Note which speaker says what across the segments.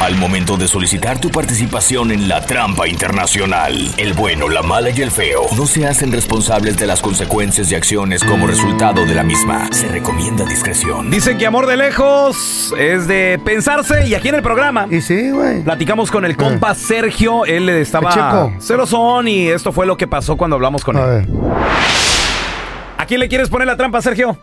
Speaker 1: Al momento de solicitar tu participación en la trampa internacional, el bueno, la mala y el feo no se hacen responsables de las consecuencias y acciones como resultado de la misma. Se recomienda discreción.
Speaker 2: Dicen que amor de lejos es de pensarse y aquí en el programa
Speaker 3: Y Mm. sí, güey.
Speaker 2: platicamos con el compa Sergio, él estaba
Speaker 3: Checo.
Speaker 2: celosón y esto fue lo que pasó cuando hablamos con
Speaker 3: A
Speaker 2: él.
Speaker 3: ver.
Speaker 2: ¿A quién le quieres poner la trampa, Sergio?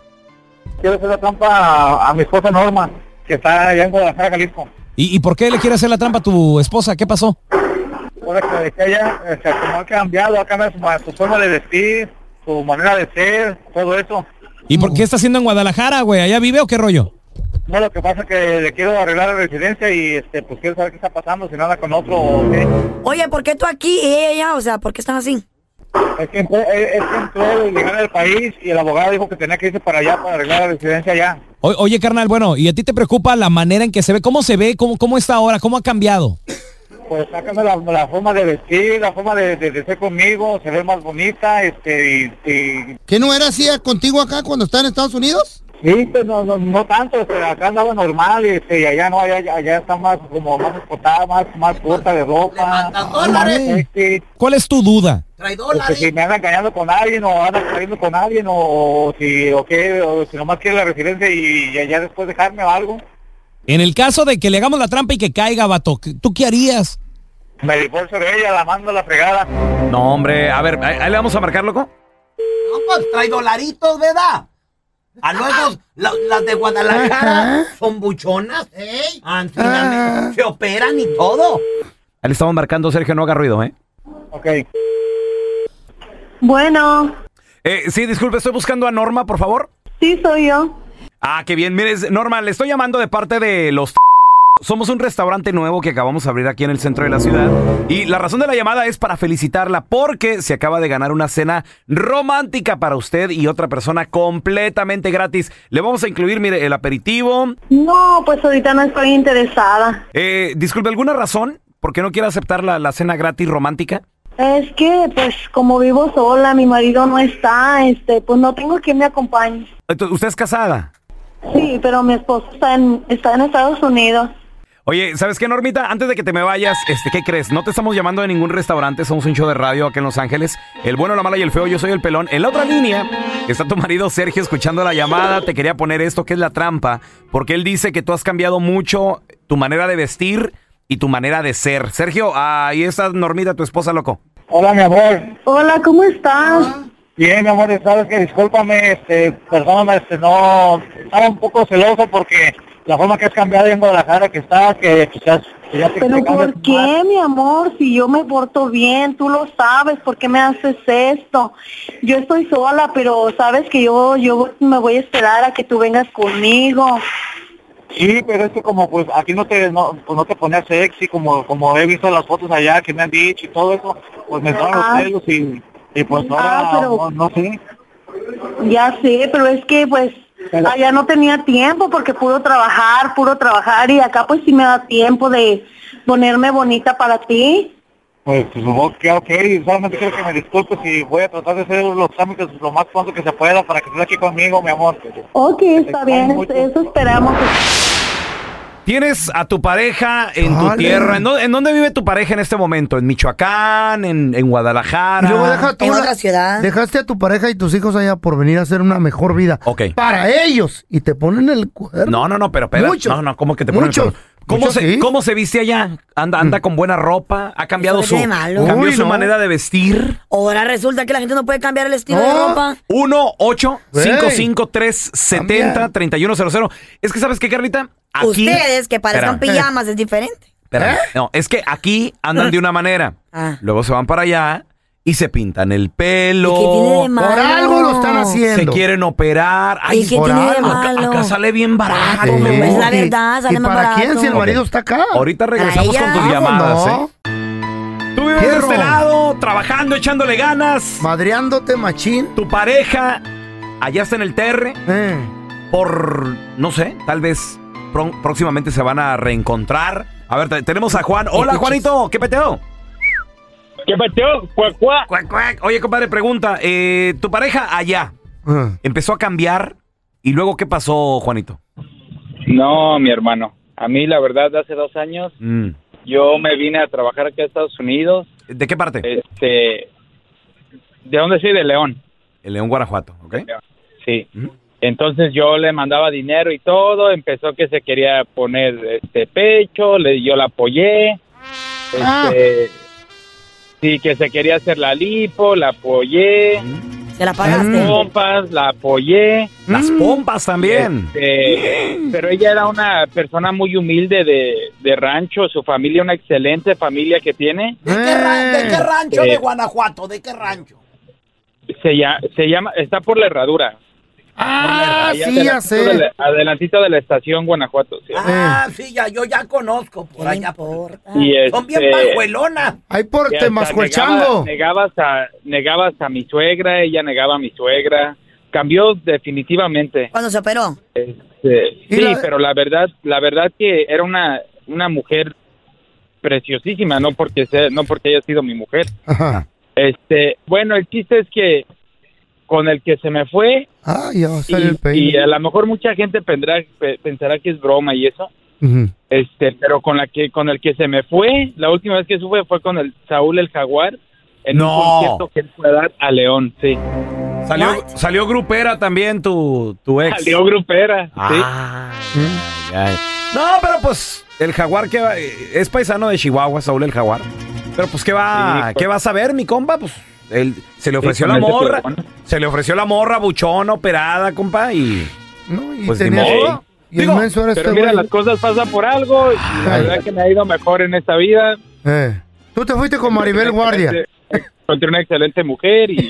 Speaker 4: quiero hacer la trampa a, a mi esposa Norma, que está allá en Guadalajara, Jalisco.
Speaker 5: ¿Y, y por qué le quiere hacer la trampa a tu esposa? ¿Qué pasó?
Speaker 4: Ahora que dejé allá, eh, se- como ha cambiado, ha cambiado su, ma- su forma de vestir, su manera de ser, todo eso.
Speaker 5: ¿Y
Speaker 3: Mm.
Speaker 5: por qué está haciendo en Guadalajara, güey? ¿Allá vive o qué rollo?
Speaker 4: No, lo que pasa es que le quiero arreglar la residencia y este, pues quiero saber qué está pasando, si no anda con otro o qué.
Speaker 6: Oye, ¿por qué tú aquí y ella allá? O sea, ¿por qué están así?
Speaker 4: Es que entró, es, es que entró ilegal al país y el abogado dijo que tenía que irse para allá para arreglar la residencia allá.
Speaker 5: O- oye, carnal, bueno, ¿y a ti te preocupa la manera en que se ve? ¿Cómo se ve? ¿Cómo, cómo está ahora? ¿Cómo ha cambiado?
Speaker 4: Pues sácame la, la forma de vestir, la forma de, de- de ser conmigo, se ve más bonita, este, y- y
Speaker 3: ¿Qué no era así contigo acá cuando estaba en Estados Unidos?
Speaker 4: Sí, pues no, no, no tanto, este, acá andaba normal y, este, y allá no, allá, allá está más como más escotada, más, más corta de ropa.
Speaker 7: Levantan dólares.
Speaker 4: más sexy.
Speaker 5: ¿Cuál es tu duda?
Speaker 7: Trae
Speaker 4: Este,
Speaker 7: dólares.
Speaker 4: si me andan engañando con alguien o andan saliendo con alguien o, o si o qué, o si nomás quiere la residencia y, y allá después dejarme o algo,
Speaker 5: En el caso de que le hagamos la trampa y que caiga, vato, ¿qué- ¿tú qué harías?
Speaker 4: me divorcio de ella, la mando a la fregada.
Speaker 2: No, hombre, a ver, ahí ahí le vamos a marcar, loco.
Speaker 7: No, pues trae dolaritos, ¿verdad?
Speaker 8: Ah.
Speaker 7: A luego, la- las de Guadalajara son buchonas. ¿eh?
Speaker 8: Ah.
Speaker 7: Antiname- Se operan y todo.
Speaker 2: Ahí le estamos marcando, Sergio, no haga ruido, ¿eh?
Speaker 4: Ok,
Speaker 6: Bueno,
Speaker 2: Eh, sí, disculpe, estoy buscando a Norma, por favor.
Speaker 6: sí soy yo.
Speaker 2: Ah, qué bien. Mire, es- Norma, le estoy llamando de parte de los... t- Somos un restaurante nuevo que acabamos de abrir aquí en el centro de la ciudad. Y la razón de la llamada es para felicitarla porque se acaba de ganar una cena romántica para usted y otra persona completamente gratis. Le vamos a incluir, mire, el aperitivo.
Speaker 6: No, pues ahorita no estoy interesada.
Speaker 2: Eh, disculpe, ¿alguna razón por qué no quiere aceptar la, la cena gratis romántica?
Speaker 6: Es que, pues, como vivo sola, mi marido no está, este, pues no tengo quien me acompañe.
Speaker 2: Entonces, ¿Usted es casada?
Speaker 6: Sí, pero mi esposo está en, está en Estados Unidos.
Speaker 2: Oye, ¿sabes qué, Normita? Antes de que te me vayas, este, ¿qué crees? No te estamos llamando de ningún restaurante, somos un show de radio acá en Los Ángeles. El bueno, la mala y el feo, yo soy el pelón. En la otra línea está tu marido Sergio escuchando la llamada. Te quería poner esto, que es la trampa, porque él dice que tú has cambiado mucho tu manera de vestir y tu manera de ser. Sergio, ahí está Normita, tu esposa, loco.
Speaker 4: hola mi amor.
Speaker 6: Hola, ¿cómo estás?
Speaker 4: Bien, mi amor, sabes que discúlpame, este, perdóname, este, no, estaba un poco celoso porque la forma que has cambiado en Guadalajara que está, que quizás que ya te
Speaker 6: Pero
Speaker 4: te cambias
Speaker 6: ¿por qué, mi amor? Si yo me porto bien, tú lo sabes, ¿por qué me haces esto? Yo estoy sola, pero sabes que yo yo me voy a esperar a que tú vengas conmigo.
Speaker 4: más. Sí, pero es que como pues aquí no te no, pues, no te ponías sexy, como como he visto las fotos allá que me han dicho y todo eso, pues me estaban
Speaker 6: Ah.
Speaker 4: los pelos y, y pues ahora
Speaker 6: Ah, pero-
Speaker 4: no, no sé.
Speaker 6: Ya sé, pero es que pues allá no tenía tiempo porque pudo trabajar, pudo trabajar y acá pues sí me da tiempo de ponerme bonita para ti.
Speaker 4: Pues, pues ok, ok, solamente quiero que me disculpes y voy a tratar de hacer los trámites lo más pronto que se pueda para que estés aquí conmigo, mi amor.
Speaker 6: Ok, está bien, eso esperamos.
Speaker 2: Tienes a tu pareja en tu
Speaker 4: Chale.
Speaker 2: tierra. ¿En, dó- en dónde vive tu pareja en este momento? ¿En Michoacán? ¿En, en Guadalajara?
Speaker 3: Y luego deja tú la- Dejaste a tu pareja y tus hijos allá por venir a hacer una mejor vida.
Speaker 2: Ok.
Speaker 3: Para ellos. Y te ponen el cuerno.
Speaker 2: No, no, no, pero espera.
Speaker 3: Muchos.
Speaker 2: No, no, ¿cómo que te ponen el
Speaker 3: Muchos.
Speaker 2: cuerno? ¿Cómo,
Speaker 3: Muchos,
Speaker 2: se,
Speaker 3: sí.
Speaker 2: ¿Cómo se viste allá? ¿Anda, anda con buena ropa? ¿Ha cambiado
Speaker 9: Mm. Eso
Speaker 2: su,
Speaker 9: es de malo.
Speaker 2: cambió
Speaker 9: Uy,
Speaker 2: su
Speaker 9: no.
Speaker 2: manera de vestir?
Speaker 9: Ahora resulta que la gente no puede cambiar el estilo de ropa.
Speaker 2: 1 8 5 5 3
Speaker 9: Cambiar.
Speaker 2: 70 31 00 Es que, ¿sabes qué, Carlita? Aquí,
Speaker 9: Ustedes que parezcan
Speaker 2: Espérame.
Speaker 9: pijamas es diferente.
Speaker 2: Espérame. No, es que aquí andan de una manera.
Speaker 9: Ah.
Speaker 2: Luego se van para allá y se pintan el pelo.
Speaker 9: ¿Y qué tiene de malo? Por algo lo están
Speaker 2: Se
Speaker 9: haciendo.
Speaker 2: quieren operar. Ay,
Speaker 9: ¿Y qué
Speaker 2: por
Speaker 9: tiene de
Speaker 2: algo. Acá-
Speaker 9: malo?
Speaker 2: Acá sale bien
Speaker 3: Ah,
Speaker 2: barato.
Speaker 9: Sí. Pues la verdad, sale más barato.
Speaker 2: Ok. Ahorita regresamos
Speaker 9: Para
Speaker 2: con tus
Speaker 9: ella.
Speaker 2: llamadas,
Speaker 9: No.
Speaker 2: ¿eh? Tú vives de este lado, trabajando, echándole ganas.
Speaker 3: Madreándote, machín.
Speaker 2: Tu pareja allá está en el terre.
Speaker 3: Eh.
Speaker 2: Por, no sé, tal vez pro- próximamente se van a reencontrar. A ver, te- tenemos a Juan. Hola,
Speaker 10: Escuchas.
Speaker 2: Juanito. ¿Qué peteo? ¿Qué peteo? Cuac, cuac. Oye, compadre, pregunta. eh, tu pareja allá empezó a cambiar y luego, ¿qué pasó, Juanito?
Speaker 8: No, mi hermano. A mí, la verdad, hace dos años
Speaker 2: Mm.
Speaker 8: yo me vine a trabajar aquí a Estados Unidos.
Speaker 2: ¿De qué parte?
Speaker 8: Este, ¿De dónde soy? De León.
Speaker 2: El León, Guanajuato, ¿ok?
Speaker 8: Sí. Entonces yo le mandaba dinero y todo. Empezó que se quería poner este pecho, le, yo la apoyé. Este, Sí, que se quería hacer la lipo, la apoyé.
Speaker 9: ¿Se la
Speaker 3: Mm.
Speaker 8: pagaste? Las pompas, la apoyé.
Speaker 2: Las pompas Ah, también.
Speaker 8: Este, pero ella era una persona muy humilde de, de rancho, su familia, una excelente familia que tiene.
Speaker 7: ¿De qué rancho
Speaker 8: Eh.
Speaker 7: de Guanajuato? ¿De qué rancho?
Speaker 8: Se, lla- se llama, está por la herradura. Ah,
Speaker 7: sí, ya sé.
Speaker 8: adelantito de la estación Guanajuato. sí.
Speaker 7: Ah, sí, ya, yo ya conozco por allá.
Speaker 8: Y
Speaker 7: Ah, Son
Speaker 8: este,
Speaker 7: bien pajuelonas.
Speaker 3: Ahí
Speaker 8: y hasta negaba- Negabas a, negabas a mi suegra, ella negaba a mi suegra. Cambió definitivamente.
Speaker 9: Cuando se operó.
Speaker 8: Este,
Speaker 9: ¿Y
Speaker 8: sí,
Speaker 9: la-
Speaker 8: pero la verdad, la verdad que era una, una mujer preciosísima, no porque sea, no porque haya sido mi mujer. Este, bueno, el chiste es que con el que se me fue
Speaker 3: Ah, ya va a
Speaker 8: y,
Speaker 3: salir el peine.
Speaker 8: y a lo mejor mucha gente pendrá- pe- pensará que es broma y eso,
Speaker 3: Ujú.
Speaker 8: este, pero con la que con el que se me fue, la última vez que supe fue con el Saúl el Jaguar en
Speaker 2: No.
Speaker 8: un concierto que él fue a dar a León, sí.
Speaker 2: Salió, salió grupera también tu, tu ex.
Speaker 8: Salió grupera,
Speaker 2: Ah, ay, ay. No, pero pues el jaguar que va- eh, es paisano de Chihuahua, Saúl el jaguar. Pero pues qué va,
Speaker 8: Sí, pues.
Speaker 2: qué vas a ver, mi compa, pues él se le
Speaker 8: Sí,
Speaker 2: ofreció
Speaker 8: con
Speaker 2: la
Speaker 8: ese
Speaker 2: morra,
Speaker 8: cuerpón.
Speaker 2: se le ofreció la morra buchona operada, compa, y pues ni
Speaker 8: tenía-
Speaker 2: modo.
Speaker 8: Y el menso era Pero
Speaker 3: este
Speaker 8: mira,
Speaker 3: güey.
Speaker 8: las cosas pasan por algo y la verdad que me ha ido mejor en esta vida.
Speaker 3: Eh. Tú te fuiste con Maribel Guardia.
Speaker 8: Encontré una excelente mujer y...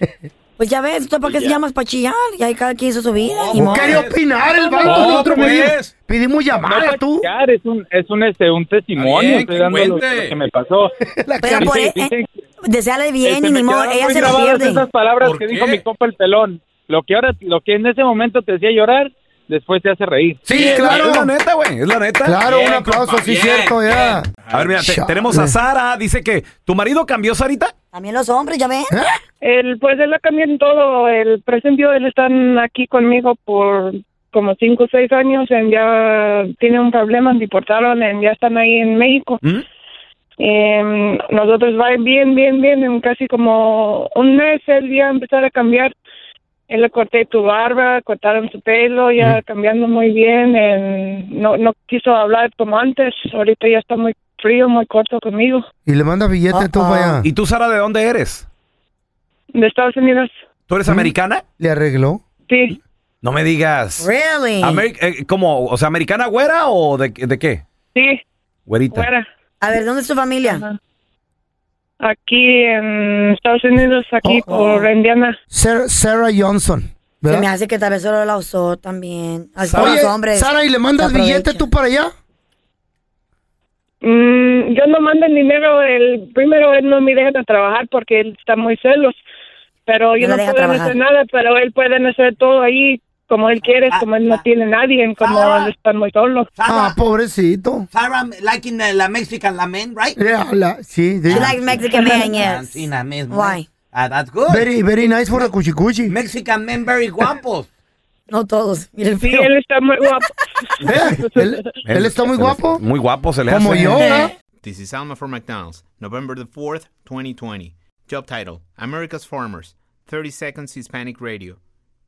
Speaker 9: Pues ya ves, ¿tú para qué se llamas para chillar? Y ahí cada quien hizo su vida. ni
Speaker 3: No
Speaker 9: modo.
Speaker 3: quería opinar el vato.
Speaker 8: No,
Speaker 3: nosotros
Speaker 8: pues.
Speaker 3: pedimos, pedimos llamada,
Speaker 2: pues,
Speaker 8: No,
Speaker 3: tú.
Speaker 8: platicar, es un, es un, este, un testimonio,
Speaker 3: Está bien,
Speaker 8: estoy
Speaker 3: que
Speaker 8: dando lo, lo
Speaker 3: cuente.
Speaker 8: que me pasó.
Speaker 9: Pero por
Speaker 8: Dicen-
Speaker 9: eh,
Speaker 8: dicen-
Speaker 9: deseale bien
Speaker 8: Este,
Speaker 9: y
Speaker 8: me
Speaker 9: ni modo,
Speaker 8: quedaron
Speaker 9: ella
Speaker 8: muy
Speaker 9: se lo
Speaker 8: grabadas
Speaker 9: pierde.
Speaker 8: Esas palabras
Speaker 9: ¿Por
Speaker 8: que
Speaker 9: qué?
Speaker 8: dijo mi compa el pelón. Lo que ahora, lo que en ese momento te hacía llorar, después te hace reír.
Speaker 2: Sí, Es la neta, güey, es la neta.
Speaker 8: Claro, un aplauso, sí, cierto, ya.
Speaker 2: A ver, mira, te-
Speaker 8: Chale.
Speaker 2: tenemos a Sara, dice que tu marido cambió, Sarita.
Speaker 9: También los hombres, ya ven.
Speaker 11: El, pues él la cambió en todo. El presentio, él está aquí conmigo por como cinco o seis años. En ya tiene un problema, me importaron, en, ya están ahí en México. Em, nosotros va bien, bien, bien. En casi como un mes él ya empezar a cambiar. Él le corté tu barba, cortaron su pelo, ya cambiando muy bien. em, no, no quiso hablar como antes. Ahorita ya está muy frío, muy corto conmigo.
Speaker 3: Y le manda billete tú para allá.
Speaker 2: ¿Y tú, Sara, de dónde eres?
Speaker 11: De Estados Unidos.
Speaker 2: ¿Tú eres americana?
Speaker 3: ¿Le arregló?
Speaker 11: Sí.
Speaker 2: No me digas.
Speaker 9: Really?
Speaker 2: Ameri- eh, ¿Cómo? O sea, ¿americana güera o de, de qué?
Speaker 11: Sí,
Speaker 2: Güerita.
Speaker 11: fuera.
Speaker 9: A ver, ¿dónde es tu familia?
Speaker 7: Oh,
Speaker 11: Aquí en Estados Unidos, aquí por Indiana.
Speaker 3: Sarah, Sarah Johnson.
Speaker 9: Oh, Se
Speaker 3: ¿Verdad?
Speaker 9: me hace que tal vez solo la usó también. Así son
Speaker 3: Oye,
Speaker 9: los hombres.
Speaker 3: Sara, ¿y le mandas billete tú para allá?
Speaker 11: Mm, yo no mando el dinero, el primero él no me deja de trabajar porque él está muy celos, pero yo
Speaker 9: No
Speaker 11: no,
Speaker 9: la deja
Speaker 11: puedo
Speaker 9: trabajar.
Speaker 11: hacer nada, pero él puede hacer todo ahí como él quiere,
Speaker 7: Ah,
Speaker 11: como él no tiene nadie, como él está muy solo.
Speaker 3: Ah, pobrecito.
Speaker 7: Sarah, like in the, la Mexican, la men, right? Ah,
Speaker 3: Yeah, la- sí, sí.
Speaker 7: She like
Speaker 9: Mexican men, yes.
Speaker 7: Latina men,
Speaker 9: Why?
Speaker 7: Ah, that's good.
Speaker 3: Very, very nice for la cuchicuchi.
Speaker 7: Mexican men very guapos.
Speaker 9: No todos. Mira el
Speaker 11: Sí,
Speaker 9: feo.
Speaker 11: él está muy guapo.
Speaker 3: Eh, él,
Speaker 2: está muy guapo. Muy guapo se le
Speaker 12: Como
Speaker 2: hace.
Speaker 12: yo, ¿eh? This is Alma from McDonald's, November the 4th, 2020. Job title America's Farmers, 30 Seconds Hispanic Radio.